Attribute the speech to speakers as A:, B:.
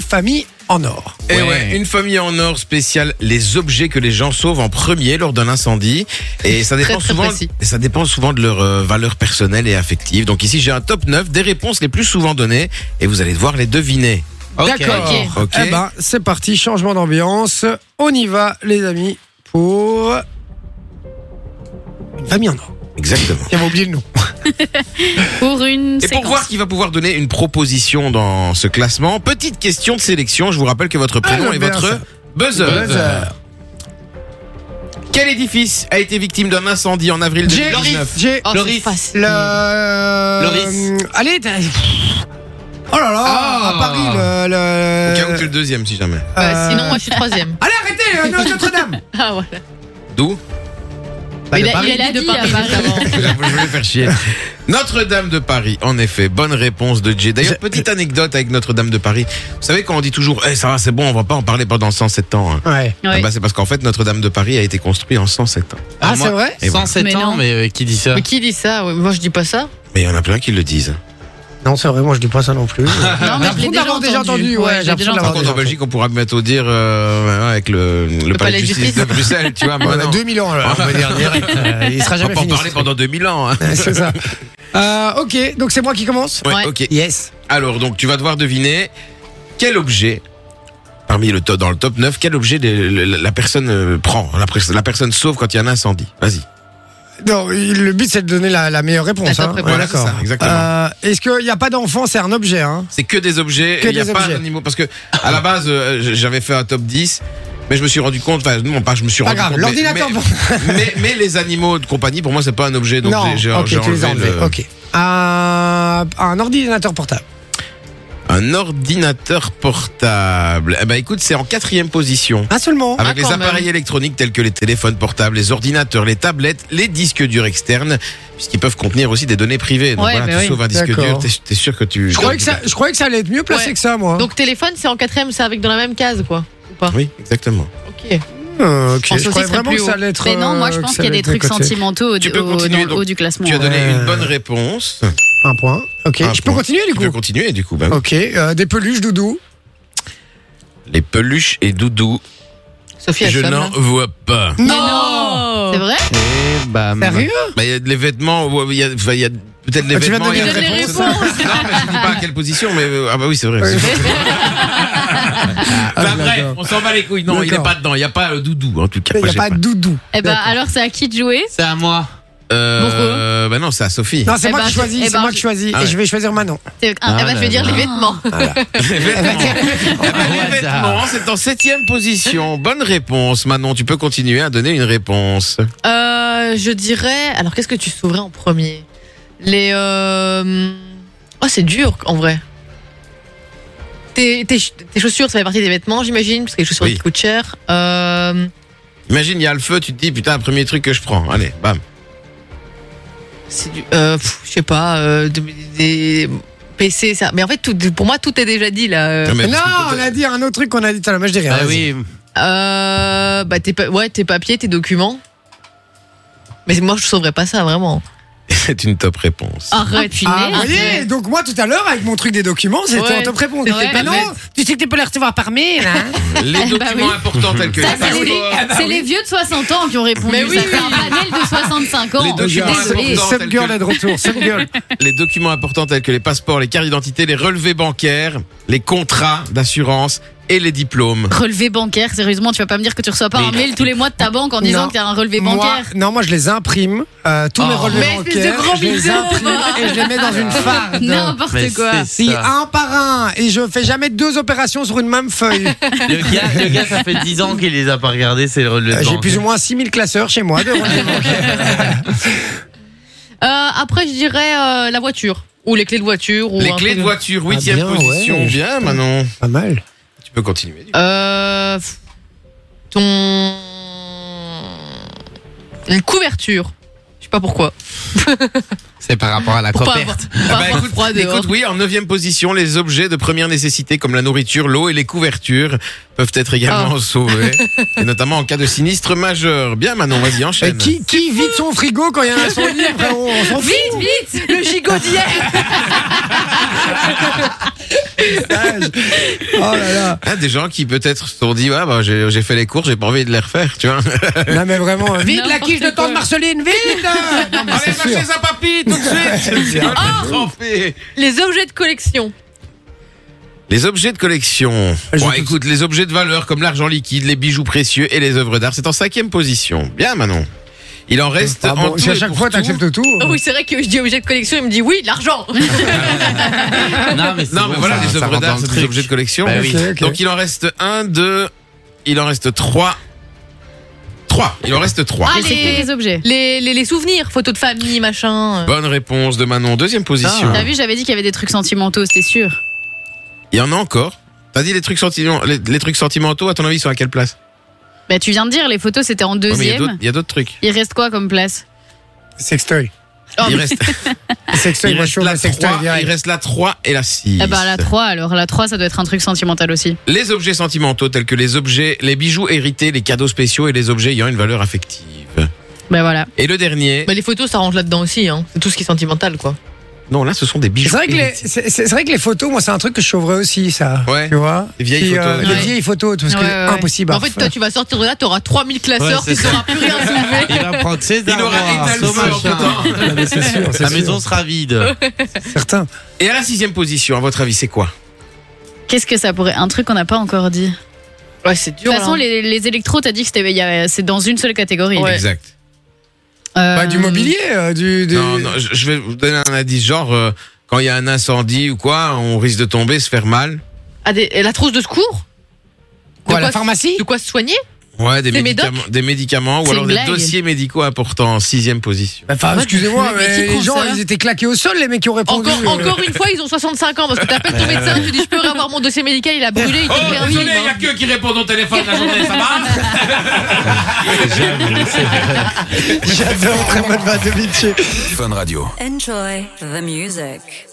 A: famille en or.
B: Et
C: Ouais.
B: Eh ouais, une famille en or spéciale, les objets que les gens sauvent en premier lors d'un incendie. Et ça dépend,
C: Très, très
B: souvent,
C: précis.
B: et ça dépend souvent de leur euh, valeur personnelle et affective. Donc ici, j'ai un top 9 des réponses les plus souvent données et vous allez devoir les deviner.
C: D'accord. Ok.
B: Ok.
A: Eh ben, c'est parti, changement d'ambiance. On y va, les amis, pour une famille en or.
B: Exactement.
A: J'avais oublié le nom.
C: Pour une
B: Et pour
C: séquence.
B: voir qui va pouvoir donner une proposition dans ce classement, petite question de sélection. Je vous rappelle que votre prénom
C: Ah,
A: j'aime
B: est
A: bien
B: votre
A: ça.
B: buzzer.
A: Buzzer.
B: Quel édifice a été victime d'un incendie en avril
A: J'ai-
B: 2019
A: J'ai
C: Oh,
D: Loris.
C: c'est facile.
A: le.
D: Loris.
A: euh, Allez. t'as- Oh là là,
D: Ah.
A: à Paris, le. le-
B: Au cas où tu es le deuxième, si jamais.
C: Bah,
A: euh,
C: sinon, moi, je suis troisième.
A: Allez, arrêtez, le- le Notre-Dame.
C: Ah, voilà.
B: D'où
A: Bah, de
C: il, a,
A: Paris.
C: il a dit de Paris, Ah, notamment.
B: Je voulais faire chier. Notre-Dame de Paris, en effet, bonne réponse de Jay. D'ailleurs, petite anecdote avec Notre-Dame de Paris. Vous savez quand on dit toujours, eh, ça va, c'est bon, on va pas en parler pendant 107 ans. hein.
A: Ouais.
B: Ah
C: Ouais.
B: bah, c'est parce qu'en fait, Notre-Dame de Paris a été construite en 107 ans.
A: Ah,
D: moi-
A: c'est vrai
B: Et
D: 107
C: Mais
D: ans,
C: non.
D: mais euh, qui dit ça
C: Mais qui dit ça Ouais, Moi, je dis pas ça.
B: Mais il y en a plein qui le disent.
A: Non, c'est vrai, moi je dis pas ça non plus.
C: Non, mais je l'ai
A: l'impression d'avoir déjà entendu, ouais,
C: je
A: j'ai
C: l'ai
A: l'impression
B: Par
A: d'avoir
C: entendu.
B: contre, en Belgique, on pourra bientôt dire, euh, ouais, avec le, le palais de justice de Bruxelles, tu vois. mais
A: On a
B: non.
A: 2000 ans, alors, on va dire direct. euh, il sera
B: On va
A: jamais
B: pas en
A: fini.
B: parler pendant 2000 ans. hein.
A: C'est ça. Euh, ok, donc c'est moi qui commence
B: Ouais,
C: Ouais.
B: ok.
A: Yes.
B: Alors, donc, tu vas devoir deviner quel objet, parmi le top, dans le top 9, quel objet le- le- la personne euh, prend, la, pers- la personne sauve quand il y a un incendie. Vas-y.
A: Non, il- le but c'est de donner la, la meilleure
C: La
A: réponse.
C: top
A: hein.
C: réponse.
A: Ouais,
B: Voilà,
A: d'accord.
B: c'est ça, exactement.
A: Euh, Est-ce qu'il n'y a pas d'enfant, c'est un objet hein
B: C'est que des objets,
A: Que
B: et il n'y a
A: des
B: pas
A: objets.
B: d'animaux. Parce que, à la base, euh, j- j'avais fait un top 10, mais je me suis rendu compte, enfin, non, pas, je me suis
A: Pas
B: rendu
A: grave,
B: compte. mais-
A: l'ordinateur.
B: Mais, mais, mais les animaux de compagnie, pour moi, c'est pas un objet, donc
A: Non,
B: j'ai- j'ai
A: ok,
B: j'ai
A: tu les as
B: enlevé
A: enlevés.
B: le-
A: Ok. Euh, un ordinateur portable.
B: Un ordinateur portable. Eh ben, écoute, c'est en quatrième position.
A: Un seulement.
B: Avec
C: Ah,
B: les
C: quand même.
B: appareils électroniques tels que les téléphones portables, les ordinateurs, les tablettes, les disques durs externes, puisqu'ils peuvent contenir aussi des données privées. Donc
C: Ouais,
B: voilà,
C: mais
B: tu
C: oui.
B: sauves un disque dur,
A: D'accord.
B: t'es t'es sûr que tu.
A: Je croyais que, ça, je croyais que ça allait être mieux placé
C: Ouais.
A: que ça, moi.
C: Donc, téléphone, c'est en quatrième, c'est avec dans la même case, quoi.
B: Oui, exactement.
C: Ok.
A: Euh, ok,
C: pense
A: je
C: aussi
A: croyais
C: que ça
A: vraiment
C: serait
A: que
C: plus
A: ça
C: haut.
A: allait être.
E: Mais non, moi je
A: euh, que
E: pense
A: ça
E: qu'il y a
A: allait
E: des
A: être
E: trucs
A: décoté.
E: sentimentaux au,
B: Tu peux
E: au-
B: continuer,
E: dans le
B: donc.
E: haut du classement. hein.
B: Tu as donné
A: Ouais.
B: une bonne réponse.
A: Un point. Ok.
B: Un
A: je
B: point.
A: peux continuer du
B: Tu peux
A: coup
B: continuer du coup. bah oui.
A: Ok. euh, des peluches, doudou.
B: Les peluches et doudou.
C: Sophie, elle
B: Je
C: somme,
B: n'en
C: là.
B: vois pas.
C: Mais non C'est vrai
A: Eh,
D: Et bam.
A: Sérieux
B: Bah, Il y a de- les vêtements, ouais, il y a, enfin, il y a peut-être les
A: Ah, tu viens de
B: vêtements. il y a
A: donner
B: des
C: les
B: réponses. Non, mais je dis pas à quelle position, mais euh, ah bah oui, c'est vrai.
A: Oui.
B: Enfin,
A: Ah,
B: Bah, bref,
A: d'accord.
B: on s'en bat les couilles. Non, il n'est
A: D'accord.
B: pas dedans. Il n'y a pas euh, doudou en tout cas.
A: Il n'y
B: Moi,
A: a
B: j'ai
A: pas doudou.
E: Eh ben
A: D'accord.
E: alors c'est à qui de jouer
D: C'est à moi.
B: Euh, bah non, c'est à Sophie.
A: Non, c'est
E: Eh
A: moi
E: ben,
A: qui
E: je-
A: choisis.
E: eh
A: c'est
E: ben,
A: moi qui
E: je-
A: choisis.
B: Ah ouais.
A: Et je vais choisir Manon.
E: C'est-
D: Ah
C: bah,
E: eh ben, je
D: là
E: vais dire
D: là.
E: les vêtements.
B: Les vêtements. Eh ben,
D: Au
B: les
D: hasard.
B: vêtements, c'est en septième position. Bonne réponse, Manon. Tu peux continuer à donner une réponse.
C: Euh, je dirais. Alors, qu'est-ce que tu sauverais en premier Les. Euh... Oh, c'est dur en vrai. Tes, tes ch- tes chaussures, ça fait partie des vêtements, j'imagine, parce que les chaussures
B: Oui.
C: qui coûtent cher. Euh,
B: Imagine, il y a le feu, tu te dis, putain, premier truc que je prends. Allez, bam.
C: c'est du. euh, pff, je sais pas. euh, de- des PC, ça. Mais en fait, tout, pour moi, tout est déjà dit là. Euh,
B: mais
A: non,
B: parce que Bah
A: on a dit un autre truc qu'on a dit tout à l'heure. mais Je dis rien.
D: Ah
A: vas-y.
D: oui.
C: Euh, bah, tes, pa- ouais, tes papiers, tes documents. Mais moi, je sauverais pas ça vraiment.
B: C'est une top réponse.
E: Ah,
C: Arrête.
A: Ah, vous
E: punaise.
A: voyez, donc moi tout à l'heure, avec mon truc des documents, c'était
C: Ouais.
A: en top réponse.
C: C'était
A: J'étais
C: pas
A: Bah non,
C: bête.
A: tu sais que tu peux les recevoir par mail. Hein
B: Les documents importants tels que
E: Ça,
B: les
E: c'est les,
B: passeports,
E: c'est les vieux de 60 ans qui ont répondu.
C: Mais oui,
E: ça fait
C: oui.
E: un panel de 65 ans.
B: Les deux
E: Je suis
B: qui parlent.
E: désolée.
B: Important, tel
A: Sub girl
B: que-
A: est de retour. Sub girl.
B: les documents importants tels que les passeports, les cartes d'identité, les relevés bancaires, les contrats d'assurance et les diplômes.
E: Relevé bancaire, sérieusement, tu vas pas me dire que tu reçois pas
B: Mais
E: un
B: il-
E: mail tous les mois de ta banque en disant
A: Non.
E: que t'as un relevé
A: Moi,
E: bancaire.
A: non, moi je les imprime. euh, tous mes
D: Oh.
A: relevés
C: Mais espèce de
A: bancaires,
C: gros
A: je les
C: bisous.
A: imprime et je les mets dans une farde.
D: Mais
E: N'importe quoi.
D: c'est
A: Si
D: ça.
A: un par un et je fais jamais deux opérations sur une même feuille.
D: Le gars, le gars, ça fait 10 ans qu'il les a pas regardés, c'est le rôle de
A: Euh, J'ai
D: banque.
A: plus ou moins 6000 classeurs chez moi. de relevés bancaires.
C: Euh, après, je dirais euh, la voiture. Ou les clés de voiture. Ou
B: Les
C: un
B: clés
C: truc-
B: de voiture, huitième
A: bien,
B: position.
A: ouais.
B: Bien, Manon.
A: Pas mal.
B: Tu peux continuer. du coup.
C: Euh, ton une couverture. Je sais pas pourquoi.
F: C'est par rapport à la
C: Pour pas avoir,
F: coperte.
C: pour pas
B: Bah,
C: avoir
B: écoute,
C: froid dehors.
B: écoute, oui, en neuvième position, les objets de première nécessité comme la nourriture, l'eau et les couvertures peuvent être également
A: Oh.
B: sauvés, et notamment en cas de sinistre majeur. Bien, Manon, vas-y,
A: Et
B: enchaîne.
A: Euh, qui, qui vide son frigo quand il y a un incendie frérot On s'en fout.
E: vite
C: Le gigot d'hier
A: Oh là là.
B: Ah, des gens qui peut-être se sont dit, ah, bah, j'ai j'ai fait les cours, j'ai pas envie de les refaire, tu vois.
A: Non mais vraiment. euh, Ah, Vide la
E: N'importe
A: quiche de
E: quoi.
A: tante Marceline, vite Non, mais c'est
B: Allez,
A: sûr.
B: chercher à papy, tout de suite
A: Ah.
B: Trempé.
C: Les objets de collection.
B: Les objets de collection.
A: Je
B: Bon,
A: vais tout-
B: écoute, les objets de valeur comme l'argent liquide, les bijoux précieux et les œuvres d'art, c'est en cinquième position. Bien, Manon. Il en reste
A: Ah
B: en
A: bon,
B: tout
A: si à
B: et
A: chaque
B: pour
A: fois
B: tout-
A: t'acceptes tout. hein.
C: Oh oui, c'est vrai que je dis objet de collection, il me dit oui, de l'argent.
D: Non, mais, c'est
B: Non,
D: bon,
B: mais voilà,
D: ça-
B: les
D: ça
B: œuvres
D: rentre
B: d'art,
D: dans le
B: c'est des
D: truc.
B: objets de collection.
D: Bah
A: Ok,
D: oui.
A: ok.
B: Donc il en reste un, deux, il en reste trois. Trois. Il en reste trois.
E: Allez, c'est des objets.
C: Les, les, les souvenirs, photos de famille, machin. euh.
B: Bonne réponse de Manon. Deuxième position.
E: T'as vu, j'avais dit qu'il y avait des trucs sentimentaux, c'était sûr.
B: Il y en a encore. T'as dit les trucs sentimentaux, les, les trucs sentimentaux, à ton avis, ils sont à quelle place
E: Bah, tu viens de dire, les photos c'était en
B: Ouais, mais il y a
E: deuxième.
B: d'autres- Il y a d'autres trucs.
E: Il reste quoi comme place
A: Sextoy.
C: Ah,
E: Oh,
B: Il reste,
A: Sextoy,
B: il
A: moi je suis
B: reste
A: au
B: la
A: sextoy
B: 3, il
A: direct.
B: reste la 3 et la 6.
E: Eh ben, la 3, alors la 3, ça doit être un truc sentimental aussi.
B: Les objets sentimentaux tels que les objets, les bijoux hérités, les cadeaux spéciaux et les objets ayant une valeur affective.
E: Ben voilà.
B: Et le dernier.
C: Bah, les photos, ça rentre là-dedans aussi. Hein. C'est tout ce qui est sentimental, quoi.
B: Non, là, ce sont des bijoux.
A: C'est vrai, que les,
B: hérités.
A: c'est, c'est vrai que les photos, moi, c'est un truc que je sauverais aussi, ça.
B: Ouais.
A: Tu vois
B: Les vieilles
A: Puis, euh,
B: photos.
A: Les
C: Ouais.
A: vieilles photos, parce que
E: Ouais, ouais, ouais.
A: impossible. à
C: en fait, toi, tu vas sortir de là, t'auras 3000 classeurs,
D: Ouais,
C: tu
D: c'est
C: sauras plus rien soulever.
D: Il va prendre ses
B: Il aura
D: armoires,
B: étalé
D: son
B: ça entre
D: machin.
B: temps.
A: faire. Ah, Non, mais c'est sûr, c'est
D: La
A: sûr,
D: maison sera vide.
A: c'est certain.
B: Et à la sixième position, à votre avis, c'est quoi
E: Qu'est-ce que ça pourrait. Un truc qu'on n'a pas encore dit.
C: Ouais, c'est dur.
E: De toute façon,
C: là.
E: les, les électros, t'as dit que c'était- il y a- c'est dans une seule catégorie.
C: Ouais.
B: Exact.
E: Euh,
A: Bah, du mobilier, euh, du. du-
B: Non, non, je je vais vous donner un indice. Genre, euh, quand il y a un incendie ou quoi, on risque de tomber, se faire mal.
C: Ah, des- et la trousse de secours
A: Quoi,
C: de
A: la
C: quoi-
A: pharmacie
C: De quoi se soigner
B: Ouais, des
C: Des médocs
B: médicaments, des médicaments ou
E: C'est
B: alors
E: une
B: des
E: blague.
B: dossiers médicaux importants en sixième position.
A: Bah, Enfin,
C: Ouais,
A: excusez-moi,
C: mais- mais
A: mais
C: qui
A: les
C: prend
A: gens,
C: ça
A: ils étaient claqués au sol, les mecs qui ont répondu. euh.
C: encore, encore une fois, ils ont 65 ans parce que t'appelles ton médecin, tu dis je peux avoir mon dossier médical, il a brûlé, il te permis.
B: que qui répondent au téléphone la journée, ça va
A: J'adore très bonne vanne de Vinci.
G: Enjoy the music.